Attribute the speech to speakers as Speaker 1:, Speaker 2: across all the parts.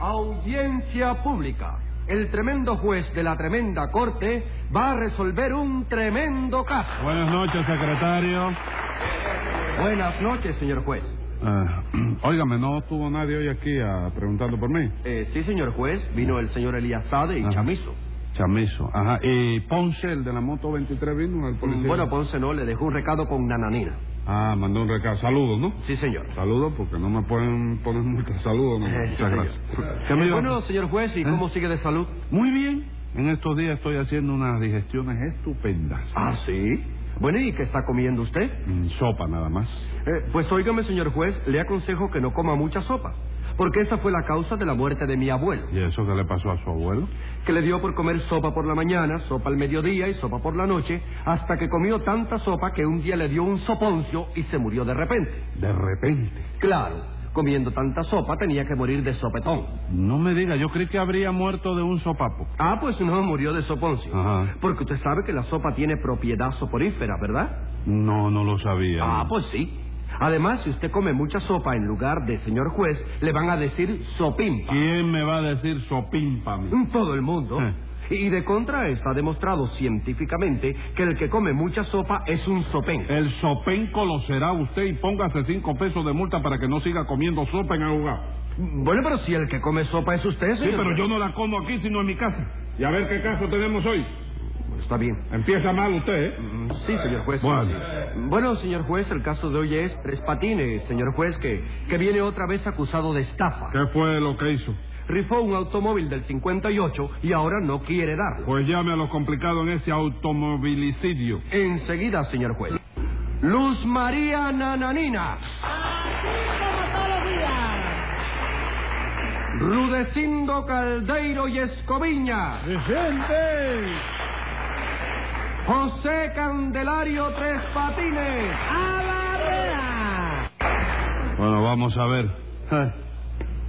Speaker 1: Audiencia pública. El tremendo juez de la tremenda corte va a resolver un tremendo caso.
Speaker 2: Buenas noches, secretario.
Speaker 1: Buenas noches, señor juez.
Speaker 2: Ah, óigame, ¿no tuvo nadie hoy aquí a, preguntando por mí?
Speaker 1: Eh, sí, señor juez, vino el señor Eliasade y
Speaker 2: Ajá.
Speaker 1: Chamizo. Mm,
Speaker 2: Chamizo, ajá. ¿Y Ponce, el de la moto 23, vino el policía?
Speaker 1: Bueno, pues- Ponce no, le dejó un recado con Nananina.
Speaker 2: Ah, mandó un recado. Saludos, ¿no?
Speaker 1: Sí, señor.
Speaker 2: Saludos, porque no me pueden poner multa. Saludos, no.
Speaker 1: Eh, sí,
Speaker 2: Muchas
Speaker 1: señor. Eh,
Speaker 2: gracias. ¿Qué me iba a-
Speaker 1: Bueno, señor juez, ¿y
Speaker 2: ¿Eh?
Speaker 1: cómo sigue de salud?
Speaker 2: Muy bien. En estos días estoy haciendo unas digestiones estupendas.
Speaker 1: Ah, sí. Bueno, ¿y qué está comiendo usted?
Speaker 2: Mm, Sopa nada más.
Speaker 1: Eh, pues óigame, señor juez, le aconsejo que no coma mucha sopa, porque esa fue la causa de la muerte de mi abuelo,
Speaker 2: ¿Y eso qué le pasó a su abuelo?
Speaker 1: que le dio por comer sopa por la mañana, sopa al mediodía y sopa por la noche, hasta que comió tanta sopa que un día le dio un soponcio y se murió de repente.
Speaker 2: De repente.
Speaker 1: Claro, comiendo tanta sopa tenía que morir de sopetón.
Speaker 2: No me diga, yo creí que habría muerto de un sopapo.
Speaker 1: Ah, pues no, murió de soponcio.
Speaker 2: Ajá.
Speaker 1: Porque usted sabe que la sopa tiene propiedad soporífera, ¿verdad?
Speaker 2: No, no lo sabía.
Speaker 1: Ah, pues sí. Además, si usted come mucha sopa en lugar de señor juez, le van a decir sopimpa.
Speaker 2: ¿Quién me va a decir sopimpa a mí?
Speaker 1: Todo el mundo.
Speaker 2: Eh.
Speaker 1: Y de contra está demostrado científicamente que el que come mucha sopa es un sopen.
Speaker 2: El sopenco lo será usted y póngase cinco pesos de multa para que no siga comiendo sopa en el lugar.
Speaker 1: Bueno, pero si el que come sopa es usted,
Speaker 2: Sí,
Speaker 1: señor.
Speaker 2: pero
Speaker 1: juez.
Speaker 2: yo no la como aquí, sino en mi casa. Y a ver qué caso tenemos hoy.
Speaker 1: Bueno, Está bien.
Speaker 2: Empieza mal usted, ¿eh?
Speaker 1: Mm, Sí, señor juez.
Speaker 2: Bueno.
Speaker 1: Sí. Bueno, señor juez, el caso de hoy es Tres Patines, señor juez, que, que viene otra vez acusado de estafa.
Speaker 2: ¿Qué fue lo que hizo?
Speaker 1: Rifó un automóvil del 58 y ahora no quiere darlo.
Speaker 2: Pues llame a lo complicado en ese automovilicidio.
Speaker 1: Enseguida, señor juez. Luz María Nananina,
Speaker 3: como todos los días.
Speaker 1: Rudecindo Caldeiro y Escoviña,
Speaker 2: ¡Vicente!
Speaker 1: José Candelario Tres Patines.
Speaker 3: ¡A la rueda!
Speaker 2: Bueno, vamos a ver.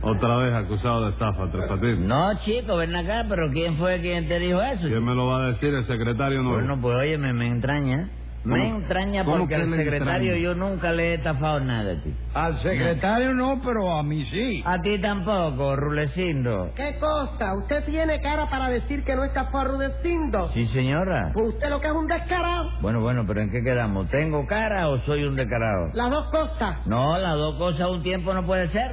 Speaker 2: Otra vez acusado de estafa, Tres Patines.
Speaker 4: No, chico, ven acá, pero ¿quién fue quien te dijo eso?
Speaker 2: ¿Quién me lo va a decir? El secretario no.
Speaker 4: Bueno, pues oye, me, me entraña. Me
Speaker 2: ¿Cómo?
Speaker 4: entraña
Speaker 2: ¿Cómo
Speaker 4: porque
Speaker 2: que
Speaker 4: al
Speaker 2: le
Speaker 4: secretario
Speaker 2: entraña?
Speaker 4: yo nunca le he estafado nada, chico.
Speaker 5: Al secretario no, pero a mí sí.
Speaker 4: A ti tampoco, Rulecindo.
Speaker 3: ¿Qué cosa? Usted tiene cara para decir que no está arrudeciendo.
Speaker 4: Sí, señora.
Speaker 3: Pues usted lo que es un descarado.
Speaker 4: Bueno, bueno, pero ¿en qué quedamos? ¿Tengo cara o soy un descarado?
Speaker 3: Las dos cosas.
Speaker 4: No, las dos cosas a un tiempo no puede ser.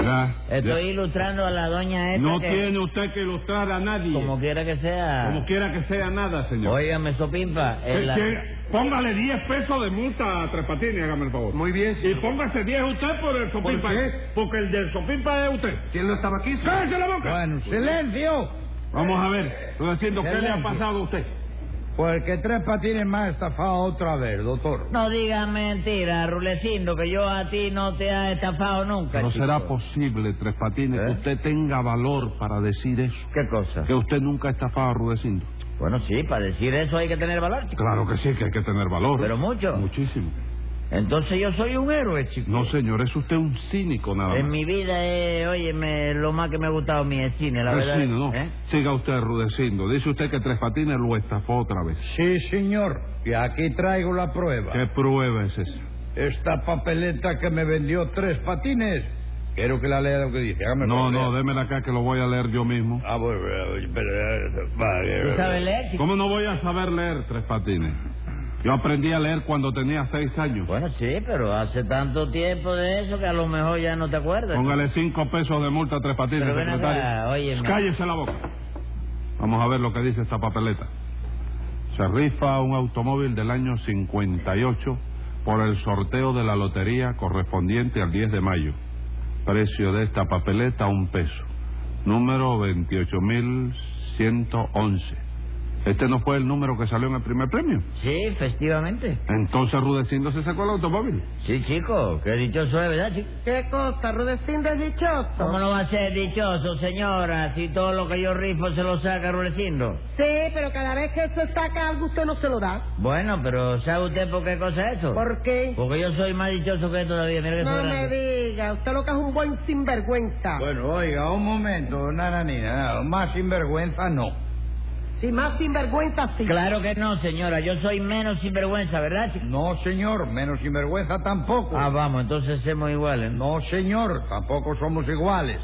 Speaker 2: Ya,
Speaker 4: Estoy
Speaker 2: ya.
Speaker 4: ilustrando a la doña esta
Speaker 2: No
Speaker 4: que,
Speaker 2: tiene usted que ilustrar a nadie.
Speaker 4: como quiera que
Speaker 2: Como
Speaker 4: sea...
Speaker 2: quiera que sea nada, señor.
Speaker 4: Óigame, Sopimpa,
Speaker 2: Que-
Speaker 4: es la...
Speaker 2: que- Póngale 10 pesos de multa a Tres Patines, hágame el favor.
Speaker 1: Muy bien,
Speaker 2: Y
Speaker 1: señor.
Speaker 2: póngase 10 usted por el Sopimpa.
Speaker 1: ¿Por
Speaker 2: ¿eh?
Speaker 1: qué?
Speaker 2: Porque el del Sopimpa es usted.
Speaker 1: ¿Quién no estaba aquí? señor?
Speaker 2: ¡Cállese la boca!
Speaker 5: Bueno, silencio.
Speaker 2: Vamos a ver, estoy diciendo, ¿qué le ha
Speaker 5: Silencio.
Speaker 2: pasado a usted?
Speaker 5: Porque tres patines más estafado otra vez, doctor.
Speaker 4: No digas mentira, Rulecindo, que yo a ti no te ha estafado nunca.
Speaker 2: No
Speaker 4: chico.
Speaker 2: será posible, Tres Patines,
Speaker 4: ¿Eh?
Speaker 2: que usted tenga valor para decir eso.
Speaker 4: ¿Qué cosa?
Speaker 2: Que usted nunca ha estafado a Rudecindo.
Speaker 4: Bueno, sí, para decir eso hay que tener valor, chico.
Speaker 2: Claro que sí, que hay que tener valor.
Speaker 4: Pero mucho.
Speaker 2: Muchísimo.
Speaker 4: Entonces yo soy un héroe, chico.
Speaker 2: No, señor, es usted un cínico nada más.
Speaker 4: En mi vida, eh, óyeme, lo más que me ha gustado a mí es cine, la
Speaker 2: Es
Speaker 4: verdad.
Speaker 2: cínico, no.
Speaker 4: ¿Eh?
Speaker 2: Siga usted arrudeciendo. Dice usted que Tres Patines lo estafó otra vez.
Speaker 5: Sí, señor. Y aquí traigo la prueba.
Speaker 2: ¿Qué prueba es esa?
Speaker 5: Esta papeleta que me vendió tres patines. Quiero que la lea lo que dice. Hágame el
Speaker 2: No,
Speaker 5: favor,
Speaker 2: no,
Speaker 5: lea.
Speaker 2: démela acá que lo voy a leer yo mismo.
Speaker 5: Ah, bueno, eh, pero, eh, vale,
Speaker 4: ¿Tú sabes leer, chico?
Speaker 2: ¿Cómo no voy a saber leer Tres Patines? Yo aprendí a leer cuando tenía seis años.
Speaker 4: Bueno, sí, pero hace tanto tiempo de eso que a lo mejor ya no te acuerdas.
Speaker 2: Póngale cinco pesos de multa a Tres Patines,
Speaker 4: Pero ven
Speaker 2: secretario.
Speaker 4: acá, óyeme.
Speaker 2: Cállese la boca. Vamos a ver lo que dice esta papeleta. Se rifa un automóvil del año 58 por el sorteo de la lotería correspondiente al 10 de mayo. Precio de esta papeleta, un peso. Número 28.111. Este no fue el número que salió en el primer premio.
Speaker 4: Sí, festivamente.
Speaker 2: Entonces Rudecindo se sacó el automóvil.
Speaker 4: Sí, chico, qué dichoso es, ¿verdad, chico?
Speaker 3: ¿Qué cosa? Arrudeciendo es
Speaker 4: ¿Cómo
Speaker 3: dichoso.
Speaker 4: no va a ser dichoso, señora, si todo lo que yo rifo se lo saca Rulecindo?
Speaker 3: Sí, pero cada vez que se saca algo usted no se lo da.
Speaker 4: Bueno, pero ¿sabe usted por qué cosa es eso?
Speaker 3: ¿Por qué?
Speaker 4: Porque yo soy más dichoso que él todavía, mira que
Speaker 3: No
Speaker 4: sobrante.
Speaker 3: me diga. Usted lo que es un buen sinvergüenza.
Speaker 5: Bueno, oiga, un momento, nananina. Más sinvergüenza no.
Speaker 3: Si más sinvergüenza, sí.
Speaker 4: Claro que no, señora, yo soy menos sinvergüenza, ¿verdad, Ah, chico?
Speaker 5: No, señor. Menos sinvergüenza tampoco.
Speaker 4: eh, Ah, vamos, entonces somos iguales, ¿no?
Speaker 5: No, señor, tampoco somos iguales.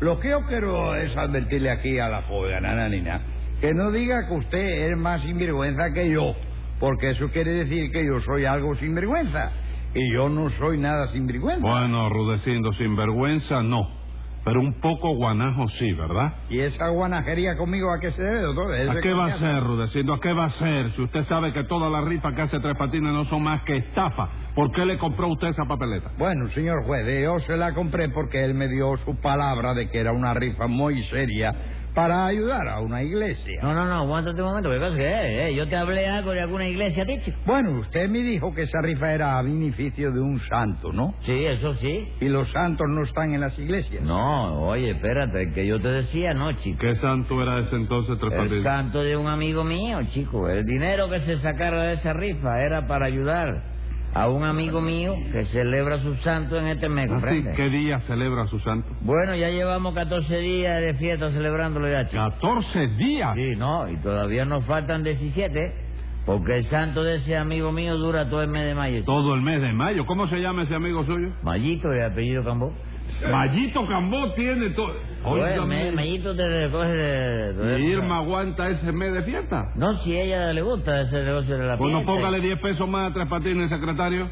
Speaker 5: Lo que yo quiero es advertirle aquí a la joven Ana Nina que no diga que usted es más sinvergüenza que yo, porque eso quiere decir que yo soy algo sinvergüenza. Y yo no soy nada sinvergüenza.
Speaker 2: Bueno, Rudecindo, sinvergüenza no. Pero un poco guanajo sí, ¿verdad?
Speaker 5: ¿Y esa guanajería conmigo a qué se debe, doctor? ¿Es
Speaker 2: ¿A
Speaker 5: de
Speaker 2: qué va a
Speaker 5: confianza?
Speaker 2: ser, Rudecindo? ¿A qué va a ser? Si usted sabe que todas las rifas que hace Tres Patines no son más que estafa, ¿por qué le compró usted esa papeleta?
Speaker 5: Bueno, señor juez, eh, yo se la compré porque él me dio su palabra de que era una rifa muy seria para ayudar a una iglesia.
Speaker 4: No, no, no, aguántate un momento, ¿qué pasa? ¿Qué? Eh, yo te hablé algo de alguna iglesia a ti, chico.
Speaker 5: Bueno, usted me dijo que esa rifa era a beneficio de un santo, ¿no?
Speaker 4: Sí, eso sí.
Speaker 5: Y los santos no están en las iglesias.
Speaker 4: No, oye, espérate, que yo te decía no, chico.
Speaker 2: ¿Qué santo era ese entonces, Tres
Speaker 4: El
Speaker 2: Patines?
Speaker 4: santo de un amigo mío, chico. El dinero que se sacara de esa rifa era para ayudar a un amigo mío que celebra su santo en este mes.
Speaker 2: Así,
Speaker 4: ¿comprendes?
Speaker 2: Ah, ¿Qué día celebra su santo?
Speaker 4: Bueno, ya llevamos 14 días de fiesta celebrándolo ya, chico.
Speaker 2: ¡Catorce días!
Speaker 4: Sí, no, y todavía nos faltan 17, porque el santo de ese amigo mío dura todo el mes de mayo. chico.
Speaker 2: Todo el mes de mayo. ¿Cómo se llama ese amigo suyo?
Speaker 4: Mallito de apellido Cambó.
Speaker 2: Mallito Cambó tiene todo.
Speaker 4: Oye, me- Mallito te recoge de... de-
Speaker 2: ¿Y Irma aguanta ese mes de fiesta?
Speaker 4: No, si a ella le gusta ese negocio de la
Speaker 2: Bueno,
Speaker 4: fiesta.
Speaker 2: Pues póngale 10 pesos más a Tres Patines, secretario.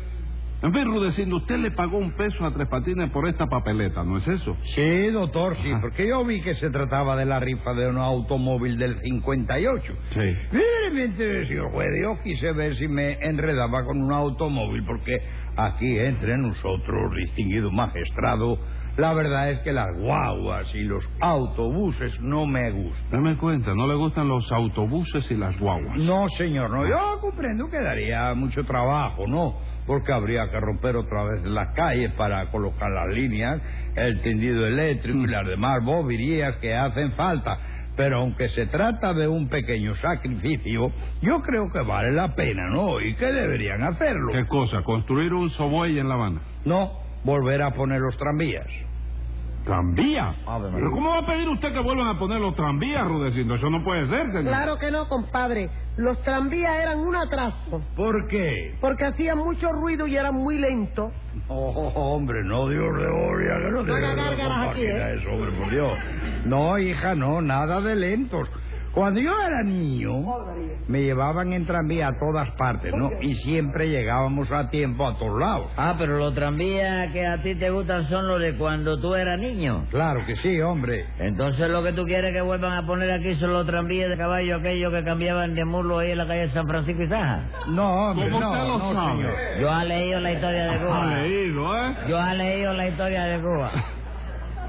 Speaker 2: En fin, Rudecindo, usted le pagó un peso a Tres Patines por esta papeleta, ¿no es eso?
Speaker 5: Sí, doctor, sí, porque yo vi que se trataba de la rifa de un automóvil del 58.
Speaker 2: Sí.
Speaker 5: Realmente, señor juez, yo quise ver si me enredaba con un automóvil, porque aquí entre nosotros, distinguido magistrado, la verdad es que las guaguas y los autobuses no me gustan.
Speaker 2: Dame cuenta, no le gustan los autobuses y las guaguas.
Speaker 5: No, señor, no. Yo comprendo que daría mucho trabajo, ¿no? Porque habría que romper otra vez las calles para colocar las líneas, el tendido eléctrico y las demás bobirías que hacen falta. Pero aunque se trata de un pequeño sacrificio, yo creo que vale la pena, ¿no? Y que deberían hacerlo.
Speaker 2: ¿Qué cosa? ¿Construir un soboy en La Habana?
Speaker 5: No volver a poner los tranvías.
Speaker 2: ¿Tranvía?
Speaker 5: Ave María.
Speaker 2: ¿Pero cómo va a pedir usted que vuelvan a poner los tranvías, Rudecindo? Eso no puede ser, señor.
Speaker 3: Claro que no, compadre. Los tranvías eran un atraso,
Speaker 5: ¿Por qué?
Speaker 3: porque hacían mucho ruido y eran muy lentos.
Speaker 5: Oh, hombre, no, Dios de gloria, que no te
Speaker 3: No hagas
Speaker 5: digas
Speaker 3: gárgaras aquí,
Speaker 5: página
Speaker 3: ¿eh?
Speaker 5: eso, hombre, por Dios. No, hija, no, nada de lentos. Cuando yo era niño, me llevaban en tranvía a todas partes, ¿no? Y siempre llegábamos a tiempo a todos lados.
Speaker 4: Ah, pero los tranvías que a ti te gustan son los de cuando tú eras niño.
Speaker 5: Claro que sí, hombre.
Speaker 4: Entonces lo que tú quieres que vuelvan a poner aquí son los tranvías de caballo aquellos que cambiaban de mulo ahí en la calle San Francisco y Saja.
Speaker 5: No, hombre,
Speaker 2: ¿Cómo
Speaker 5: no,
Speaker 2: usted lo
Speaker 5: no,
Speaker 2: sabe?
Speaker 5: señor.
Speaker 4: Yo ha leído la historia de
Speaker 2: Ha
Speaker 5: Ah,
Speaker 4: Cuba.
Speaker 2: leído, ¿eh?
Speaker 4: Yo ha leído la historia de Cuba.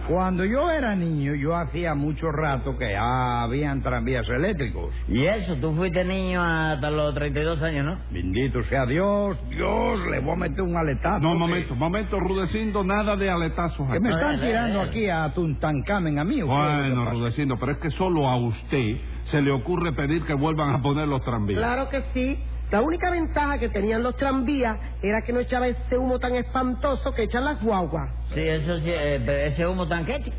Speaker 5: Cuando yo era niño, yo hacía mucho rato que ya habían tranvías eléctricos.
Speaker 4: Y eso, tú fuiste niño hasta los 32 años, ¿no?
Speaker 5: Bendito sea Dios, Dios, le voy a meter un aletazo.
Speaker 2: No,
Speaker 5: que-
Speaker 2: momento, momento, Rudecindo, nada de aletazos
Speaker 5: Que
Speaker 2: aquí.
Speaker 5: me están
Speaker 4: Dale,
Speaker 5: tirando
Speaker 4: dale.
Speaker 5: aquí a Tuntancamen, amigo.
Speaker 2: Bueno, Rudecindo, pero es que solo a usted se le ocurre pedir que vuelvan a poner los tranvías.
Speaker 3: Claro que sí. La única ventaja que tenían los tranvías era que no echaba ese humo tan espantoso que echan las guaguas.
Speaker 4: Sí, eso sí, eh, pero ese humo tan qué, chico?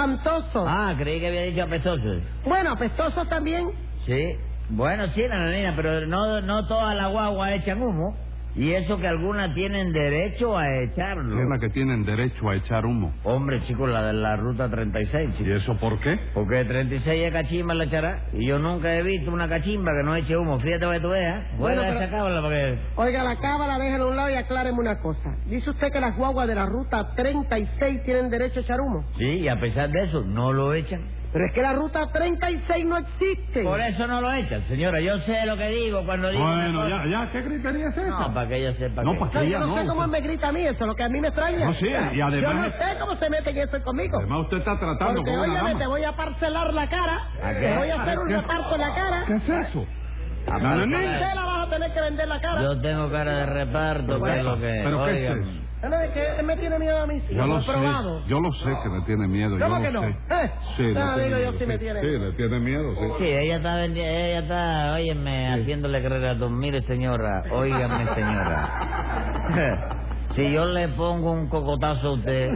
Speaker 3: Espantoso.
Speaker 4: Ah, creí que había dicho apestoso.
Speaker 3: Bueno, apestoso también.
Speaker 4: Sí, bueno, sí, nananina, pero no, no todas las guaguas echan humo. Y eso que algunas tienen derecho a echarlo.
Speaker 2: Es la que tienen derecho a echar humo.
Speaker 4: Hombre, chico, la de la ruta 36,
Speaker 2: ¿Y
Speaker 4: chico.
Speaker 2: eso por qué?
Speaker 4: Porque 36 es cachimba la echará. Y yo nunca he visto una cachimba que no eche humo. Fíjate para que tú veas. Bueno,
Speaker 3: Bueno, pero-
Speaker 4: esa cábala porque...
Speaker 3: Oiga, la cábala, déjela a un lado y acláreme una cosa. Dice usted que las guaguas de la ruta 36 tienen derecho a echar humo.
Speaker 4: Sí, y a pesar de eso, no lo echan.
Speaker 3: Pero es que la ruta 36 no existe.
Speaker 4: Por eso no lo echan, señora. Yo sé lo que digo cuando digo... una
Speaker 2: Bueno,
Speaker 4: cosa.
Speaker 2: ya, ya, ¿qué criterio es esa?
Speaker 4: No, para que ella sepa
Speaker 2: No, pues.
Speaker 4: que-
Speaker 2: pa'
Speaker 3: No, yo no,
Speaker 2: no,
Speaker 3: sé cómo
Speaker 2: usted-
Speaker 3: me grita a mí eso, lo que a mí me extraña.
Speaker 2: No, sí, y además-
Speaker 3: Yo no sé cómo se meten eso conmigo.
Speaker 2: Además, usted está tratando
Speaker 3: Porque,
Speaker 2: con una
Speaker 3: óyeme,
Speaker 2: dama.
Speaker 3: te voy a parcelar la cara,
Speaker 4: ¿A qué?
Speaker 3: te voy a hacer un
Speaker 2: ¿Qué?
Speaker 3: reparto en la cara,
Speaker 2: ¿Qué es eso?
Speaker 4: Ah,
Speaker 2: Nananina.
Speaker 3: te la vas a tener que vender la cara.
Speaker 4: Yo tengo cara de reparto, que es lo que...
Speaker 2: ¿Pero qué es
Speaker 4: Óigame.
Speaker 2: eso?
Speaker 3: Él es que él me tiene miedo a mí, sí,
Speaker 2: Yo lo
Speaker 3: he probado.
Speaker 2: sé, yo lo sé que le tiene miedo.
Speaker 3: ¿Cómo
Speaker 2: yo
Speaker 3: que
Speaker 2: lo
Speaker 3: no?
Speaker 2: Sé.
Speaker 3: ¿Eh?
Speaker 2: Sí, le
Speaker 3: No,
Speaker 2: tiene
Speaker 3: digo yo
Speaker 2: miedo,
Speaker 3: sí me tiene
Speaker 2: Sí,
Speaker 3: miedo.
Speaker 2: le tiene miedo, sí.
Speaker 4: Sí, ella está, vendi- ella está, óyeme, haciéndole carrera a dos. Mire, señora, óigame, señora. si yo le pongo un cocotazo a usted,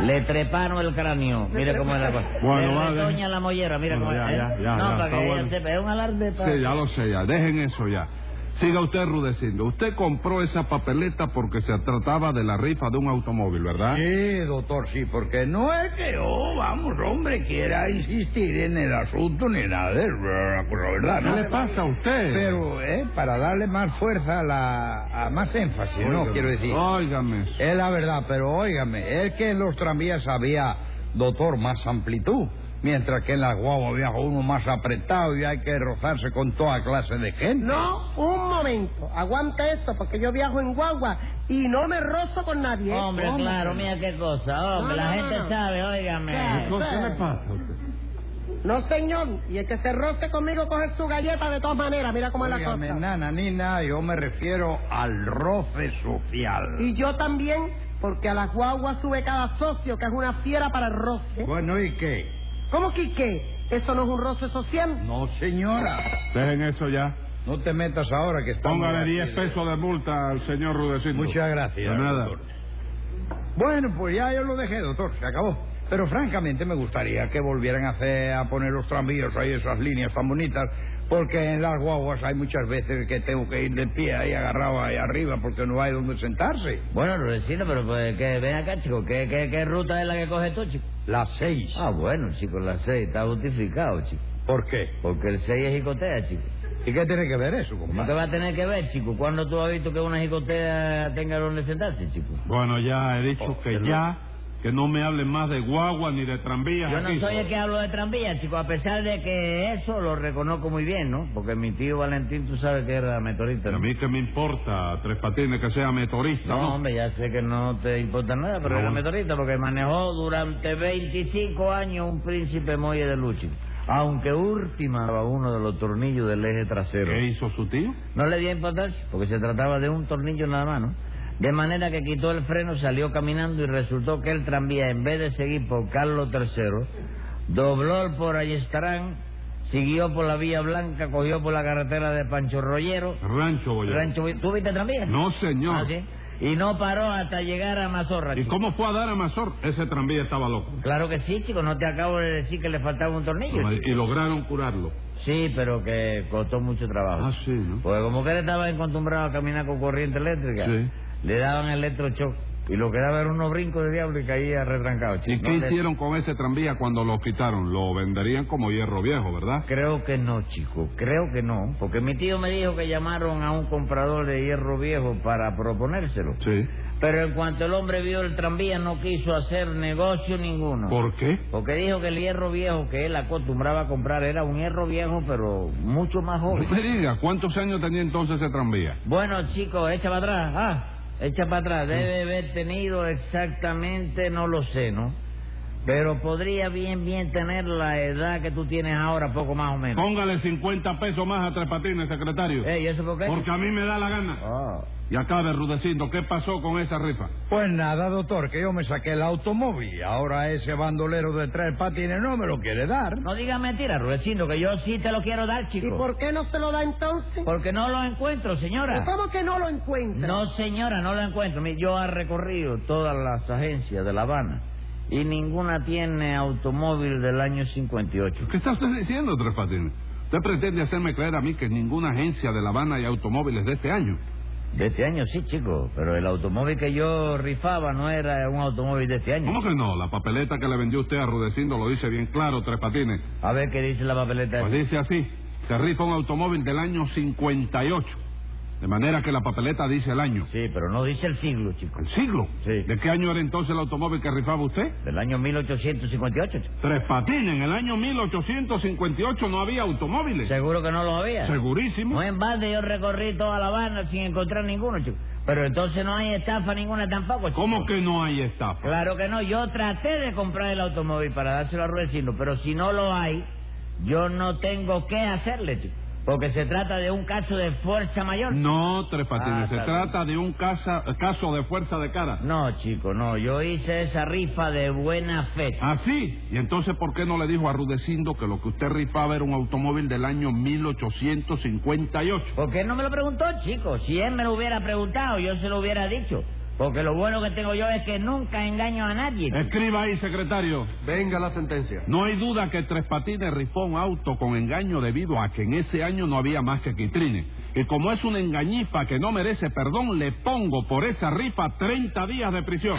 Speaker 4: le trepano el cráneo. Mire cómo es la cosa.
Speaker 2: Bueno,
Speaker 4: le
Speaker 2: vale.
Speaker 4: retoña la mollera, mira
Speaker 2: Bueno,
Speaker 4: cómo
Speaker 2: ya,
Speaker 4: es. ¿eh?
Speaker 2: ya, ya,
Speaker 4: no,
Speaker 2: ya,
Speaker 4: para
Speaker 2: está
Speaker 4: que
Speaker 2: bueno.
Speaker 4: ella sepa, es un alarde.
Speaker 2: Sí, ya lo sé, ya. Dejen eso ya. Siga usted rudeciendo. Usted compró esa papeleta porque se trataba de la rifa de un automóvil, ¿verdad?
Speaker 5: Sí, doctor, sí, porque no es que yo, vamos, hombre, quiera insistir en el asunto ni nada de eso, la verdad,
Speaker 2: ¿Qué
Speaker 5: ¿no?
Speaker 2: le pasa a usted?
Speaker 5: Pero, eh, para darle más fuerza a la... a más énfasis, ¿no?
Speaker 2: Óigame,
Speaker 5: Quiero decir.
Speaker 2: Óigame.
Speaker 5: Es la verdad, pero óigame, es que en los tranvías había, doctor, más amplitud. Mientras que en la guagua viaja uno más apretado y hay que rozarse con toda clase de gente.
Speaker 3: No, un momento. Aguanta eso, porque yo viajo en guagua y no me rozo con nadie. ¿eh?
Speaker 4: Hombre,
Speaker 3: Hombre.
Speaker 4: claro, mira qué cosa. Hombre,
Speaker 3: No,
Speaker 4: la
Speaker 3: no,
Speaker 4: gente
Speaker 3: no, no.
Speaker 4: sabe, óigame.
Speaker 3: Claro.
Speaker 2: No, ¿Qué le pasa a usted?
Speaker 3: No, señor. Y el que se roce conmigo coge su galleta de todas maneras. Mira cómo es la
Speaker 5: Óigame,
Speaker 3: cosa.
Speaker 5: nana, nina, yo me refiero al roce social.
Speaker 3: Y yo también, porque a las guaguas sube cada socio, que es una fiera para el roce.
Speaker 5: Bueno, ¿y qué?
Speaker 3: ¿Cómo que qué? ¿Eso no es un roce social?
Speaker 5: No, señora.
Speaker 2: Dejen eso ya.
Speaker 5: No te metas ahora que estamos...
Speaker 2: Póngale
Speaker 5: aquí.
Speaker 2: 10 pesos de multa al señor Rudecindo.
Speaker 5: Muchas gracias.
Speaker 2: De nada.
Speaker 5: doctor. Bueno, pues ya yo lo dejé, doctor. Se acabó. Pero francamente me gustaría que volvieran a, hacer, a poner los tranvíos ahí, esas líneas tan bonitas, porque en las guaguas hay muchas veces que tengo que ir de pie ahí agarrado ahí arriba porque no hay donde sentarse.
Speaker 4: Bueno, Rudecindo, pero pues, que ven acá, chico. ¿Qué, qué, ¿Qué ruta es la que coges tú, chico?
Speaker 5: Las seis.
Speaker 4: Ah, bueno, chico, la 6 está justificado, chico.
Speaker 5: ¿Por qué?
Speaker 4: Porque el 6 es jicotea, chico.
Speaker 5: ¿Y qué tiene que ver eso,
Speaker 4: ¿Cómo te
Speaker 5: compadre?
Speaker 4: va a tener que ver, chico? ¿Cuándo tú has visto que una jicotea tenga donde sentarse, chico?
Speaker 2: Bueno, ya he dicho
Speaker 5: Oh,
Speaker 2: que
Speaker 5: perdón.
Speaker 2: ya, que no me hablen más de guagua ni de tranvías.
Speaker 4: Yo no
Speaker 2: aquí,
Speaker 4: soy el
Speaker 2: señor.
Speaker 4: que hablo de tranvía, chico, a pesar de que eso lo reconozco muy bien, ¿no? Porque mi tío Valentín, tú sabes que era meteorista.
Speaker 2: A
Speaker 4: ¿no?
Speaker 2: mí que me importa, Tres Patines, que sea meteorista,
Speaker 4: No,
Speaker 2: ¿no?
Speaker 4: hombre, ya sé que no te importa nada, pero
Speaker 2: No.
Speaker 4: era meteorista porque manejó durante 25 años un príncipe Molle de Luchi. Aunque ultimaba uno de los tornillos del eje trasero.
Speaker 2: ¿Qué hizo su tío?
Speaker 4: No le dio importancia porque se trataba de un tornillo nada más, ¿no? De manera que quitó el freno, salió caminando y resultó que el tranvía, en vez de seguir por Carlos III, dobló por Ayestarán, siguió por la Vía Blanca, cogió por la carretera de Pancho Rollero.
Speaker 2: Rancho Boyero.
Speaker 4: Rancho, ¿Tú viste el tranvía?
Speaker 2: Ah, No, señor.
Speaker 4: Ah, ¿sí? Y no paró hasta llegar a Mazorra.
Speaker 2: ¿Y
Speaker 4: chico.
Speaker 2: cómo fue a dar a Mazor? Ese tranvía estaba loco.
Speaker 4: Claro que sí, chico, no te acabo de decir que le faltaba un tornillo. chico.
Speaker 2: Y lograron curarlo.
Speaker 4: Sí, pero que costó mucho trabajo.
Speaker 2: Ah, sí, ¿no?
Speaker 4: Pues como que él estaba acostumbrado a caminar con corriente eléctrica,
Speaker 2: Sí.
Speaker 4: le daban electrochoc y lo que daba era unos brincos de diablo y caía retrancado. chico.
Speaker 2: ¿Y qué
Speaker 4: No le-
Speaker 2: hicieron con ese tranvía cuando lo quitaron? Lo venderían como hierro viejo, ¿verdad?
Speaker 4: Creo que no, chico, creo que no, porque mi tío me dijo que llamaron a un comprador de hierro viejo para proponérselo.
Speaker 2: Sí.
Speaker 4: Pero en cuanto el hombre vio el tranvía no quiso hacer negocio ninguno.
Speaker 2: ¿Por qué?
Speaker 4: Porque dijo que el hierro viejo que él acostumbraba a comprar era un hierro viejo, pero mucho más
Speaker 2: No
Speaker 4: joven.
Speaker 2: me diga, ¿cuántos años tenía entonces ese tranvía?
Speaker 4: Bueno, chicos, echa para atrás. Ah, echa para atrás. Debe haber tenido exactamente, no lo sé, ¿no? Pero podría bien, bien tener la edad que tú tienes ahora, poco más o menos.
Speaker 2: Póngale 50 pesos más a Tres Patines, secretario.
Speaker 4: Ey, ¿y eso por qué?
Speaker 2: Porque a mí me da la gana.
Speaker 4: Ah.
Speaker 2: Y acabe, Rudecindo, ¿qué pasó con esa rifa?
Speaker 5: Pues nada, doctor, que yo me saqué el automóvil. Ahora ese bandolero de tres patines no me lo quiere dar.
Speaker 4: No digas mentiras, Rudecindo, que yo sí te lo quiero dar, chico.
Speaker 3: ¿Y por qué no se lo da entonces?
Speaker 4: Porque no lo encuentro, señora.
Speaker 3: ¿Y ¿Cómo que no lo encuentra?
Speaker 4: No, señora, no lo encuentro. Mire, Yo he recorrido todas las agencias de La Habana y ninguna tiene automóvil del año 58.
Speaker 2: ¿Qué está usted diciendo, Tres Patines? Usted pretende hacerme creer a mí que en ninguna agencia de La Habana hay automóviles de este año.
Speaker 4: De este año sí, chico, pero el automóvil que yo rifaba no era un automóvil de este año.
Speaker 2: ¿Cómo que no? La papeleta que le vendió usted a Rudecindo lo dice bien claro, Tres Patines.
Speaker 4: A ver qué dice la papeleta.
Speaker 2: Pues
Speaker 4: esa.
Speaker 2: dice así, se rifa un automóvil del año 58. De manera que la papeleta dice el año.
Speaker 4: Sí, pero no dice el siglo, chico.
Speaker 2: ¿El siglo?
Speaker 4: Sí.
Speaker 2: ¿De qué año era entonces el automóvil que rifaba usted?
Speaker 4: Del año 1858, chico.
Speaker 2: Tres Patines, en el año 1858 no había automóviles.
Speaker 4: Seguro que no lo había.
Speaker 2: Segurísimo.
Speaker 4: No en balde yo recorrí toda La Habana sin encontrar ninguno, chico. Pero entonces no hay estafa ninguna tampoco, chico.
Speaker 2: ¿Cómo que no hay estafa?
Speaker 4: Claro que no, yo traté de comprar el automóvil para dárselo a Rudecindo, pero si no lo hay, yo no tengo qué hacerle, chico. Porque se trata de un caso de fuerza mayor.
Speaker 2: No, Tres Patines,
Speaker 4: Ah,
Speaker 2: se
Speaker 4: claro.
Speaker 2: trata de un casa- caso de fuerza de cara.
Speaker 4: No, chico, no. Yo hice esa rifa de buena fe.
Speaker 2: ¿Ah, sí? ¿Y entonces por qué no le dijo a Rudecindo que lo que usted rifaba era un automóvil del año 1858?
Speaker 4: ¿Por qué no me lo preguntó, chico? Si él me lo hubiera preguntado, yo se lo hubiera dicho. Porque lo bueno que tengo yo es que nunca engaño a nadie.
Speaker 2: Escriba ahí, secretario.
Speaker 1: Venga la sentencia.
Speaker 2: No hay duda que Tres Patines rifó un auto con engaño debido a que en ese año no había más que quitrines. Y como es una engañifa que no merece perdón, le pongo por esa rifa 30 días de prisión.